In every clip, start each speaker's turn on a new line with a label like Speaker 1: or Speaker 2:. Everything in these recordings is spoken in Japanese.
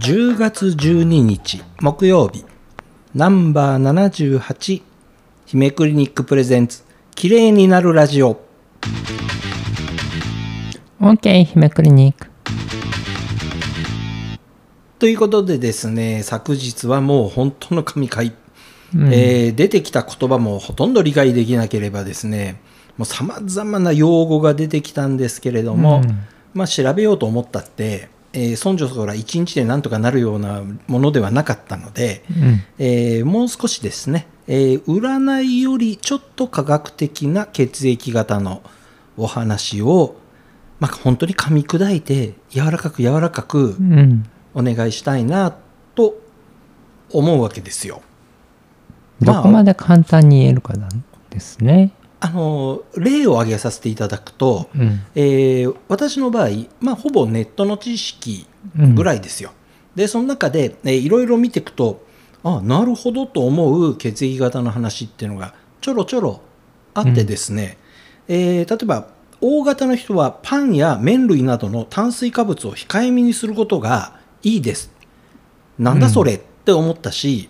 Speaker 1: 10月12日木曜日ナンバー78姫クリニックプレゼンツ綺麗になるラジオ
Speaker 2: OK 姫クリニック
Speaker 1: ということでですね昨日はもう本当の神回、
Speaker 2: うん
Speaker 1: えー出てきた言葉もほとんど理解できなければですねもうさまざまな用語が出てきたんですけれども、
Speaker 2: うん
Speaker 1: まあ、調べようと思ったって、えー、村長そら1日でなんとかなるようなものではなかったので、
Speaker 2: うん
Speaker 1: えーもう少しですね、えー占いよりちょっと科学的な血液型のお話を、まあ、本当に噛み砕いて柔らかく柔らかく
Speaker 2: うん
Speaker 1: お願いしたいなと思うわけですよ。
Speaker 2: どこまで簡単に言えるかなんですね、
Speaker 1: あの例を挙げさせていただくと、
Speaker 2: うん
Speaker 1: えー私の場合、まあ、ほぼネットの知識
Speaker 2: うん
Speaker 1: ぐらいですよ。でその中で、えーいろいろ見ていくとあなるほどと思う血液型の話っていうのがちょろちょろあってですね、えー例えば O 型の人はパンや麺類などの炭水化物を控えめにすることがいいです。なんだそれ、って思ったし、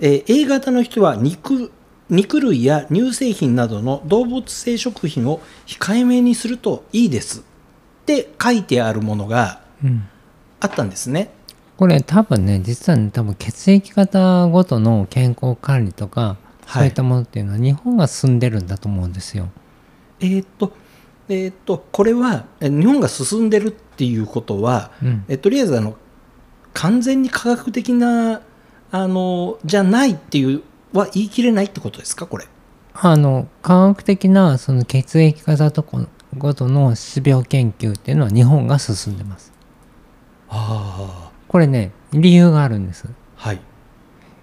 Speaker 1: えー A 型の人は肉肉類や乳製品などの動物性食品を控えめにするといいですって書いてあるものが
Speaker 2: うん
Speaker 1: あったんですね。
Speaker 2: これ多分ね実はね多分血液型ごとの健康管理とか、
Speaker 1: はい
Speaker 2: そういったものっていうのは日本が進んでるんだと思うんですよ。
Speaker 1: えーっと、えーっと、これはえ日本が進んでるっていうことは、
Speaker 2: うん
Speaker 1: えとりあえずあの完全に科学的なあのじゃないっていうは言い切れないってことですか、これ。
Speaker 2: あの科学的なその血液型とこごとの疾病研究っていうのは日本が進んでます。
Speaker 1: あ
Speaker 2: これね理由があるんです。
Speaker 1: あ、はい。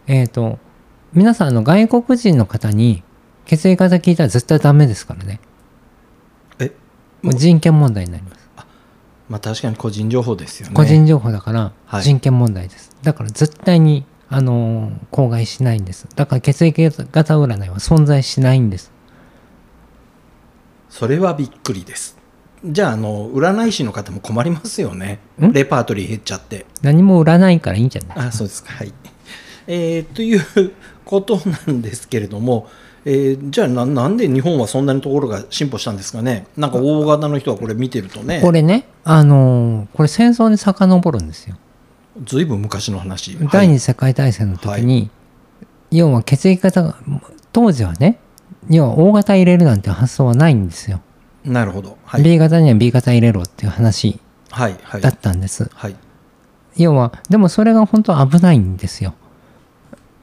Speaker 2: えっ、と皆さんあの外国人の方に血液型聞いたら絶対ダメですからね。
Speaker 1: え、
Speaker 2: もう人権問題になります。
Speaker 1: まあ確かに個人情報ですよね。
Speaker 2: 個人情報だから
Speaker 1: はい
Speaker 2: 人権問題です、だから絶対にあのー口外しないんですだから血液型占いは存在しないんです
Speaker 1: それはびっくりです。じゃあ、あの、占い師の方も困りますよね。
Speaker 2: ん
Speaker 1: レパートリー減っちゃって。
Speaker 2: 何も占いからいいんじゃない
Speaker 1: あそうですか、はいえーということなんですけれども、えーじゃあな、なんで日本はそんなにところが進歩したんですかね、なんか大型の人はこれ見てるとね、
Speaker 2: これねあのーこれ戦争に遡るんですよ、
Speaker 1: ずいぶん昔の話、
Speaker 2: 第
Speaker 1: は
Speaker 2: 二
Speaker 1: い
Speaker 2: 次世界大戦の時に、要は血液型が当時はね要は O 型入れるなんて発想はないんですよ、
Speaker 1: なるほど、はい、
Speaker 2: B 型には B 型入れろっていう話
Speaker 1: はい、はい
Speaker 2: だ、ったんです、
Speaker 1: はい、
Speaker 2: 要はでもそれが本当は危ないんですよ。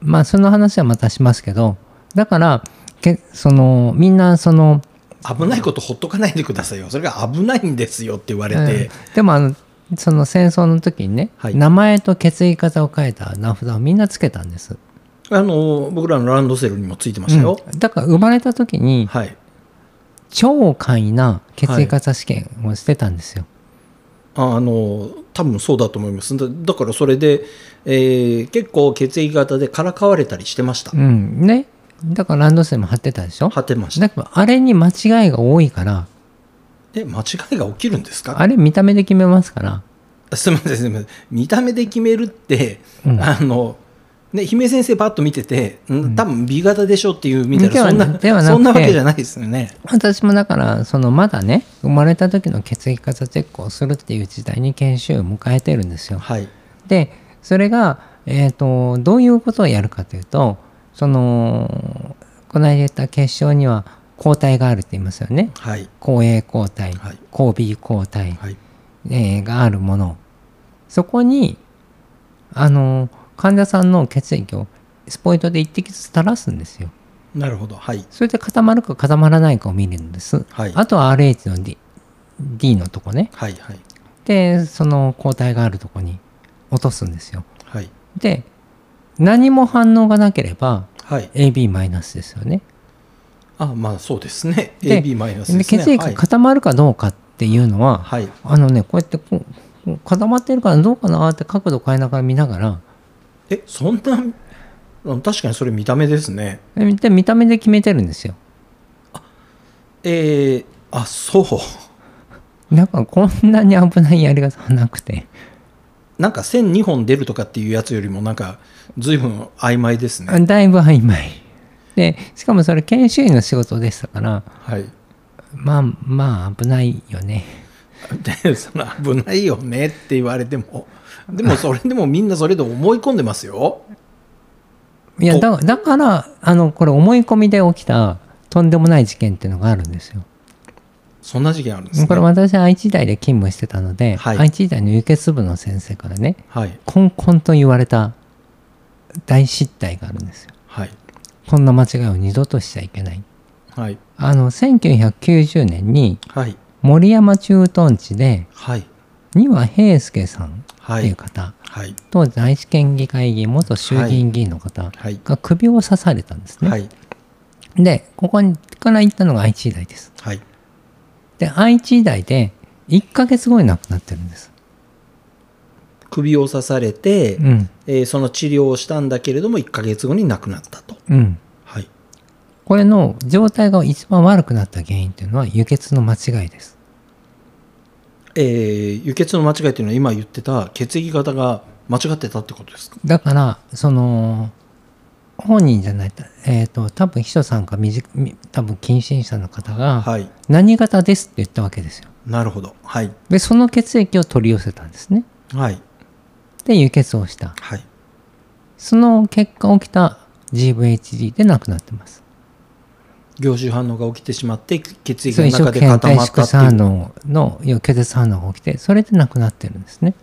Speaker 2: まあその話はまたしますけどだからけそのみんなその、
Speaker 1: 危ないことほっとかないでくださいよ、それが危ないんですよって言われ
Speaker 2: うん
Speaker 1: て、
Speaker 2: でもあのその戦争の時にね、
Speaker 1: はい
Speaker 2: 名前と血液型を書いた名札をみんなつけたんです。
Speaker 1: あの僕らのランドセルにもついてましたよ、
Speaker 2: うんだから生まれた時に
Speaker 1: はい、
Speaker 2: 超簡易な血液型試験をしてたんですよ。
Speaker 1: ああの多分そうだと思います、だだからそれで、えー結構血液型でからかわれたりしてました、
Speaker 2: うんね、だからランドセルも貼ってたでしょ
Speaker 1: 果てました。
Speaker 2: だからあれに間違いが多いから
Speaker 1: え、間違いが起きるんですか
Speaker 2: あれ見た目で決めますから。
Speaker 1: すみません、すみません。見た目で決めるって、
Speaker 2: うん
Speaker 1: あの、ね、姫先生パッと見てて、ん多分 B 型でしょっていうみたい
Speaker 2: で
Speaker 1: な、
Speaker 2: は
Speaker 1: そんな、
Speaker 2: ではなくて
Speaker 1: そんなわけじゃないですよね。
Speaker 2: 私もだからそのまだね生まれた時の血液型チェックをするっていう時代に研修を迎えてるんですよ。
Speaker 1: はい。
Speaker 2: でそれが、えー、とどういうことをやるかというとそのこの間言った決勝には抗体があるって言いますよね。
Speaker 1: はい。
Speaker 2: 抗 A 抗体、
Speaker 1: はい
Speaker 2: 抗 B 抗体、
Speaker 1: はい。
Speaker 2: えーがあるものそこにあの患者さんの血液をスポイトで一滴ずつ垂らすんですよ。
Speaker 1: なるほど。はい。
Speaker 2: それで固まるか固まらないかを見るんです。
Speaker 1: はい
Speaker 2: あとは RH の D, D のとこね。
Speaker 1: はい。はい。
Speaker 2: で、その抗体があるとこに落とすんですよ。
Speaker 1: はい。
Speaker 2: で、何も反応がなければ
Speaker 1: はい。
Speaker 2: AB マイナスですよね。
Speaker 1: あ、まあそうですね。
Speaker 2: で
Speaker 1: AB マイナス
Speaker 2: で
Speaker 1: ですね。
Speaker 2: 血液が固まるかどうかっていうのは、
Speaker 1: はい。はい。
Speaker 2: あのね、こうやってこうこう固まってるからどうかなって角度変えながら見ながら、
Speaker 1: え、そんな、うん確かにそれ見た目ですね。
Speaker 2: で見た目で決めてるんですよ。
Speaker 1: えー、あ、そう。
Speaker 2: なんかこんなに危ないやり方はなくて
Speaker 1: なんか線2本出るとかっていうやつよりもなんか随分曖昧ですね。
Speaker 2: だいぶ曖昧でしかもそれ研修医の仕事でしたから
Speaker 1: はい。
Speaker 2: まあまあ危ないよね
Speaker 1: で、その危ないよねって言われても、でもそれでもみんなそれで思い込んでますよ。
Speaker 2: いや
Speaker 1: と
Speaker 2: だだからあのこれ思い込みで起きたとんでもない事件っていうのがあるんですよ
Speaker 1: そんな事件あるんですね。
Speaker 2: これ私愛知大で勤務してたので、
Speaker 1: はい
Speaker 2: 愛知大の輸血部の先生からね
Speaker 1: はい。
Speaker 2: コンコンと言われた大失態があるんですよ
Speaker 1: はい。
Speaker 2: こんな間違いを二度としちゃいけない
Speaker 1: はい。
Speaker 2: あの1990年に
Speaker 1: はい。
Speaker 2: 森山駐屯地で
Speaker 1: はい。
Speaker 2: 丹羽平介さんっ
Speaker 1: は
Speaker 2: ていう
Speaker 1: い。
Speaker 2: 方、
Speaker 1: はい。
Speaker 2: 当時愛知県議会議員元衆議院議員の方
Speaker 1: はい。
Speaker 2: が首を刺されたんですね、
Speaker 1: はい。
Speaker 2: でここにから行ったのが愛知医大です
Speaker 1: はい。
Speaker 2: で愛知医大で1ヶ月後に亡くなってるんです、
Speaker 1: 首を刺されて、
Speaker 2: うん
Speaker 1: えーその治療をしたんだけれども、1ヶ月後に亡くなったと。
Speaker 2: うん、
Speaker 1: はい。
Speaker 2: これの状態が一番悪くなった原因っていうのは輸血の間違いです
Speaker 1: えー輸血の間違いというのは今言ってた血液型が間違ってたってことですか
Speaker 2: だからその本人じゃない、えー、と多分秘書さんかみじみ多分近親者の方が
Speaker 1: はい。
Speaker 2: 何型ですって言ったわけですよ
Speaker 1: なるほど。はい。
Speaker 2: でその血液を取り寄せたんですね
Speaker 1: はい。
Speaker 2: で輸血をした
Speaker 1: はい。
Speaker 2: その結果起きた GVHD で亡くなってます。
Speaker 1: 凝集反応が起きてしまって、血液
Speaker 2: そう
Speaker 1: の
Speaker 2: 一生
Speaker 1: 中で
Speaker 2: 懸命
Speaker 1: 固
Speaker 2: 退
Speaker 1: まった
Speaker 2: 縮
Speaker 1: って
Speaker 2: 反
Speaker 1: いう。
Speaker 2: 応の要は拒絶反応が起きてそれで亡くなってるんですね。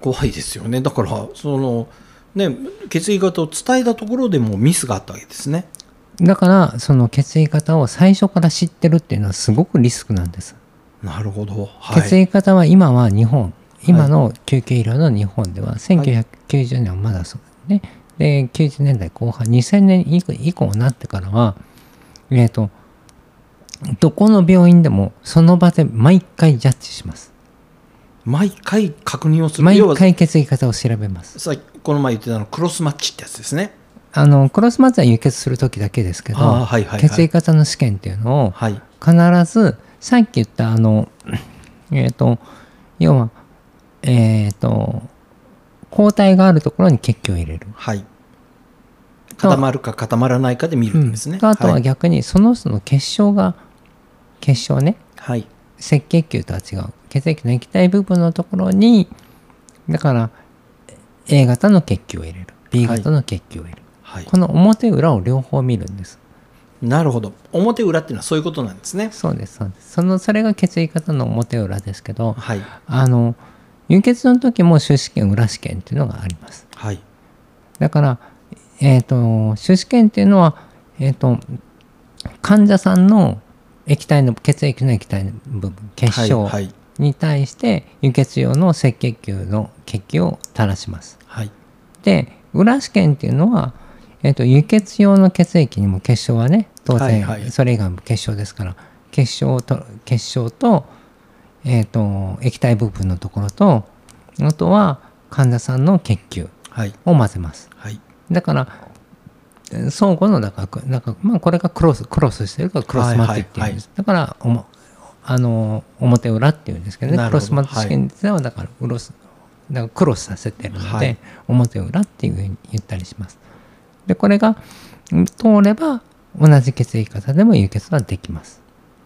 Speaker 1: 怖いですよね。だから、その、ね、血液型を伝えたところでもうミスがあったわけですね。
Speaker 2: だからその血液型を最初から知ってるっていうのはすごくリスクなんです。
Speaker 1: なるほど。はい。
Speaker 2: 血液型は今は日本今の救急医療の日本では1990年はまだそうね。で90年代後半2000年以降以降になってからはえっ、とどこの病院でもその場で毎回ジャッジします。
Speaker 1: 毎回確認をする。
Speaker 2: 毎
Speaker 1: 要は
Speaker 2: 回血液型を調べます
Speaker 1: さっきこの前言ってたのクロスマッチってやつですね。
Speaker 2: あのクロスマッチは輸血する時だけですけど、
Speaker 1: ああはいはいはい
Speaker 2: 血液型の試験っていうのを
Speaker 1: はい。
Speaker 2: 必ずさっき言ったあのえっ、と要はえっ、と抗体があるところに血球を入れる、
Speaker 1: はい。固まるか固まらないかで見るんですね。
Speaker 2: とあと
Speaker 1: は。
Speaker 2: はい逆にその人の結晶が結晶ね
Speaker 1: はい。
Speaker 2: 赤血球とは違う血液の液体部分のところにだから A 型の血球を入れる B 型の血球を入れる、
Speaker 1: はい
Speaker 2: この表裏を両方見るんです。
Speaker 1: なるほど。表裏っていうのはそういうことなんですね。
Speaker 2: そうですそうです。そのそれが血液型の表裏ですけど、
Speaker 1: はい。
Speaker 2: あの輸血の時も終止権裏試験っていうのがあります。
Speaker 1: はい。
Speaker 2: だからえっ、と終止権っていうのはえっ、と患者さんの液体の血液の液体の部分結晶
Speaker 1: はい。はい。
Speaker 2: に対して輸血用の赤血球の血球を垂らします。
Speaker 1: はい。
Speaker 2: で裏試験っていうのは、えっと輸血用の血液にも結晶はね当
Speaker 1: はい
Speaker 2: 然
Speaker 1: はい
Speaker 2: それ以外も結晶ですから、結晶と結晶と,、えっと液体部分のところとあとは患者さんの血球
Speaker 1: はい。
Speaker 2: を混ぜます
Speaker 1: はい。
Speaker 2: だからえー相互のだからくなんか、まあ、これがクロスクロスしてるからクロスマッチっていうんです、だからおもあの表裏っていうんですけどね
Speaker 1: なるほ
Speaker 2: ク
Speaker 1: ど
Speaker 2: ロスマッチ試験ではだからクロスだからクロスさせてるので、
Speaker 1: はい
Speaker 2: 表裏っていうふうに言ったりしますでこれがうん通れば同じ血液型でも輸血はできます、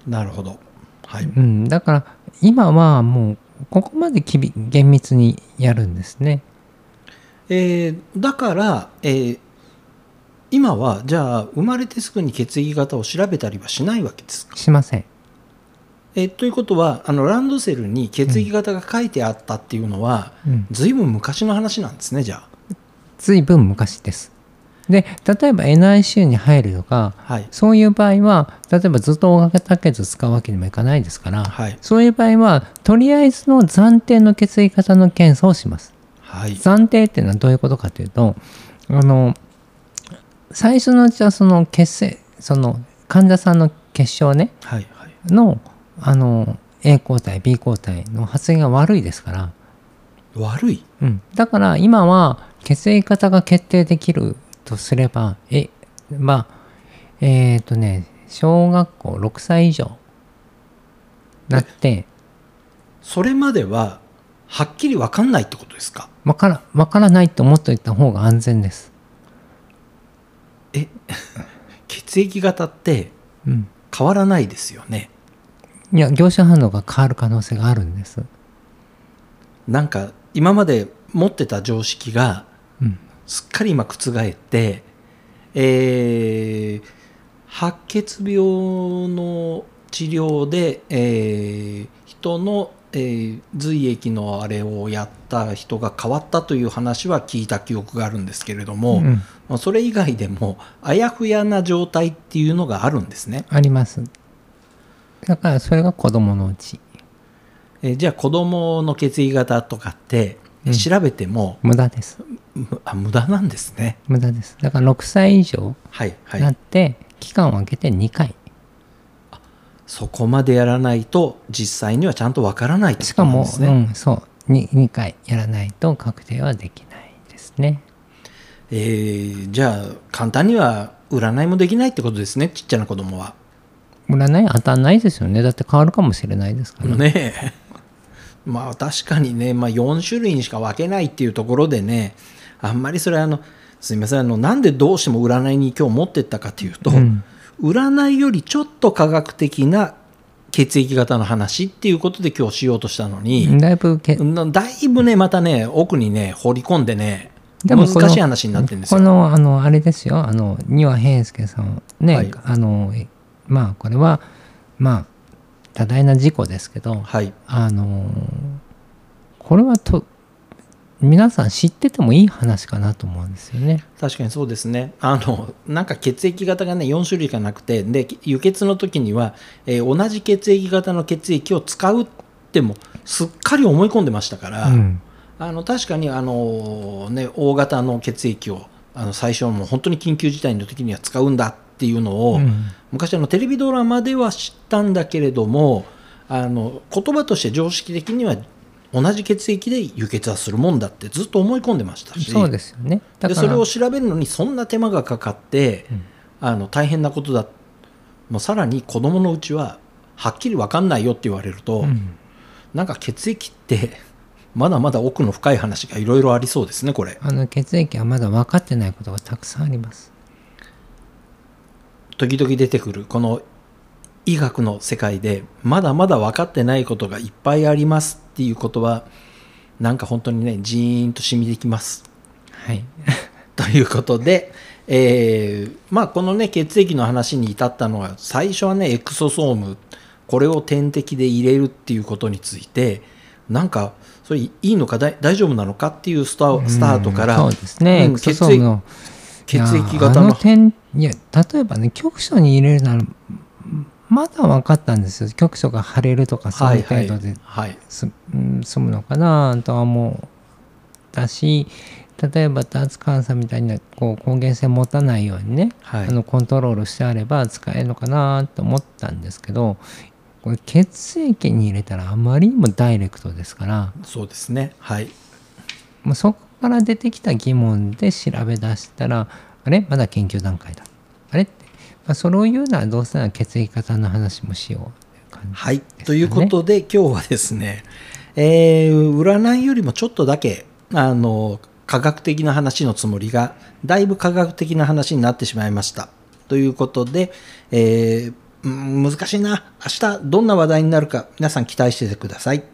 Speaker 1: なるほど。はい。
Speaker 2: うん、だから今はもうここまできび厳密にやるんですね
Speaker 1: えーだから、えー今は、じゃあ、生まれてすぐに血液型を調べたりはしないわけですか。
Speaker 2: しません
Speaker 1: えーということは、あの、ランドセルに血液型が書いてあったっていうのは、
Speaker 2: うん
Speaker 1: ずいぶん昔の話なんですね、じゃあ。
Speaker 2: ずいぶん昔です。で例えば NICU に入るとか
Speaker 1: はい。
Speaker 2: そういう場合は例えばずっと大型血液使うわけにもいかないですから、
Speaker 1: はい。
Speaker 2: そういう場合はとりあえずの暫定の血液型の検査をします。
Speaker 1: はい。
Speaker 2: 暫定っていうのはどういうことかというとあの最初のうちはその血清その患者さんの血小ね
Speaker 1: はい。はい。
Speaker 2: のあの A 抗体 B 抗体の発現が悪いですから、
Speaker 1: 悪い
Speaker 2: うん、だから今は血液型が決定できるとすればえまあえっ、とね小学校6歳以上なって
Speaker 1: それまでははっきり分かんないってことですか
Speaker 2: わからわからないと思っておいた方が安全です。
Speaker 1: 血液型って
Speaker 2: うん、
Speaker 1: 変わらないですよね
Speaker 2: いや業者反応が変わる可能性があるんです。
Speaker 1: なんか今まで持ってた常識が
Speaker 2: うん、
Speaker 1: すっかり今覆って、えー白血病の治療で、えー人の、えー髄液のあれをやった人が変わったという話は聞いた記憶があるんですけれども、
Speaker 2: うん
Speaker 1: まあそれ以外でもあやふやな状態っていうのがあるんですね。
Speaker 2: あります。だからそれが子供のうち
Speaker 1: えーじゃあ子供の血液型とかって
Speaker 2: うん
Speaker 1: 調べても、
Speaker 2: 無駄です。
Speaker 1: むあ無駄なんですね。
Speaker 2: 無駄です。だから6歳以上
Speaker 1: はいはい。
Speaker 2: なって、期間を空けて2回。
Speaker 1: そこまでやらないと実際にはちゃんとわからないってこ
Speaker 2: し
Speaker 1: と
Speaker 2: か
Speaker 1: なん
Speaker 2: も、
Speaker 1: ですね。
Speaker 2: うん、そう2、2回やらないと確定はできないですね。
Speaker 1: えーじゃあ簡単には占いもできないってことですねちっちゃな子供は。
Speaker 2: 占い当たんないですよね。だって変わるかもしれないですから。
Speaker 1: ね えまあ確かにね、まあ、4種類にしか分けないっていうところでねあんまりそれあのすいませんあのなんでどうしても占いに今日持ってったかというと、
Speaker 2: うん
Speaker 1: 占いよりちょっと科学的な血液型の話っていうことで今日しようとしたのに。
Speaker 2: だいぶけ
Speaker 1: なだいぶね、またね、奥にね、掘り込んでね、
Speaker 2: でも
Speaker 1: 難
Speaker 2: この
Speaker 1: しい話になってるんです
Speaker 2: こ
Speaker 1: よ。
Speaker 2: のあのあれですよあの丹羽平介さんね、
Speaker 1: はい
Speaker 2: あのえまあこれはまあ多大な事故ですけど
Speaker 1: はい。
Speaker 2: あのこれはと皆さん知っててもいい話かなと思うんですよね。
Speaker 1: 確かにそうですね。あの、なんか血液型がね、4種類かなくて、で、輸血の時には、えー同じ血液型の血液を使うっても、すっかり思い込んでましたから、
Speaker 2: うん
Speaker 1: あの、確かに、あの、ね、大型の血液を、あの、最初はもう本当に緊急事態の時には使うんだっていうのを、
Speaker 2: うん
Speaker 1: 昔あのテレビドラマでは知ったんだけれどもあの言葉として常識的には同じ血液で輸血はするもんだってずっと思い込んでましたし
Speaker 2: そうですよね。だ
Speaker 1: で
Speaker 2: か
Speaker 1: それ
Speaker 2: ら
Speaker 1: を調べるのにそんな手間がかかって、
Speaker 2: うん
Speaker 1: あの大変なことだもうさらに子供のうちははっきり分かんないよって言われると、
Speaker 2: うん
Speaker 1: なんか血液ってまだまだ奥の深い話がいろいろありそうですねこれ。
Speaker 2: あの血液はまだ分かってないことがたくさんあります。
Speaker 1: 時々出てくるこの医学の世界でまだまだ分かってないことがいっぱいありますっていうことはなんか本当にねジーンと染みてきます。
Speaker 2: はい。
Speaker 1: ということで、えーまあ、このね血液の話に至ったのは最初はねエクソソームこれを点滴で入れるっていうことについてなんかそれいいのかだい大丈夫なのかっていうスタスタートから、
Speaker 2: そうですね。
Speaker 1: うん
Speaker 2: エクソソームの
Speaker 1: 血液
Speaker 2: いや
Speaker 1: 型
Speaker 2: あ
Speaker 1: の
Speaker 2: の点いや例えばね局所に入れるならまだ分かったんですよ局所が腫れるとかそう
Speaker 1: はいいうは
Speaker 2: 程
Speaker 1: い
Speaker 2: 度で
Speaker 1: はい
Speaker 2: す、うん済むのかなとは思うだし例えば脱感差みたいなこう抗原性持たないようにね、
Speaker 1: はい
Speaker 2: あのコントロールしてあれば使えるのかなと思ったんですけどこれ血液に入れたらあまりにもダイレクトですから
Speaker 1: そうですねはい
Speaker 2: もうそこから出てきた疑問で調べ出したらあれまだ研究段階だあれって、まあ、それを言うならどうせなら血液型の話もしようっていう感じ
Speaker 1: はい、
Speaker 2: ね
Speaker 1: ということで今日はですね、えー占いよりもちょっとだけあの科学的な話のつもりがだいぶ科学的な話になってしまいました。ということで、えーうん難しいな明日どんな話題になるか皆さん期待しててください。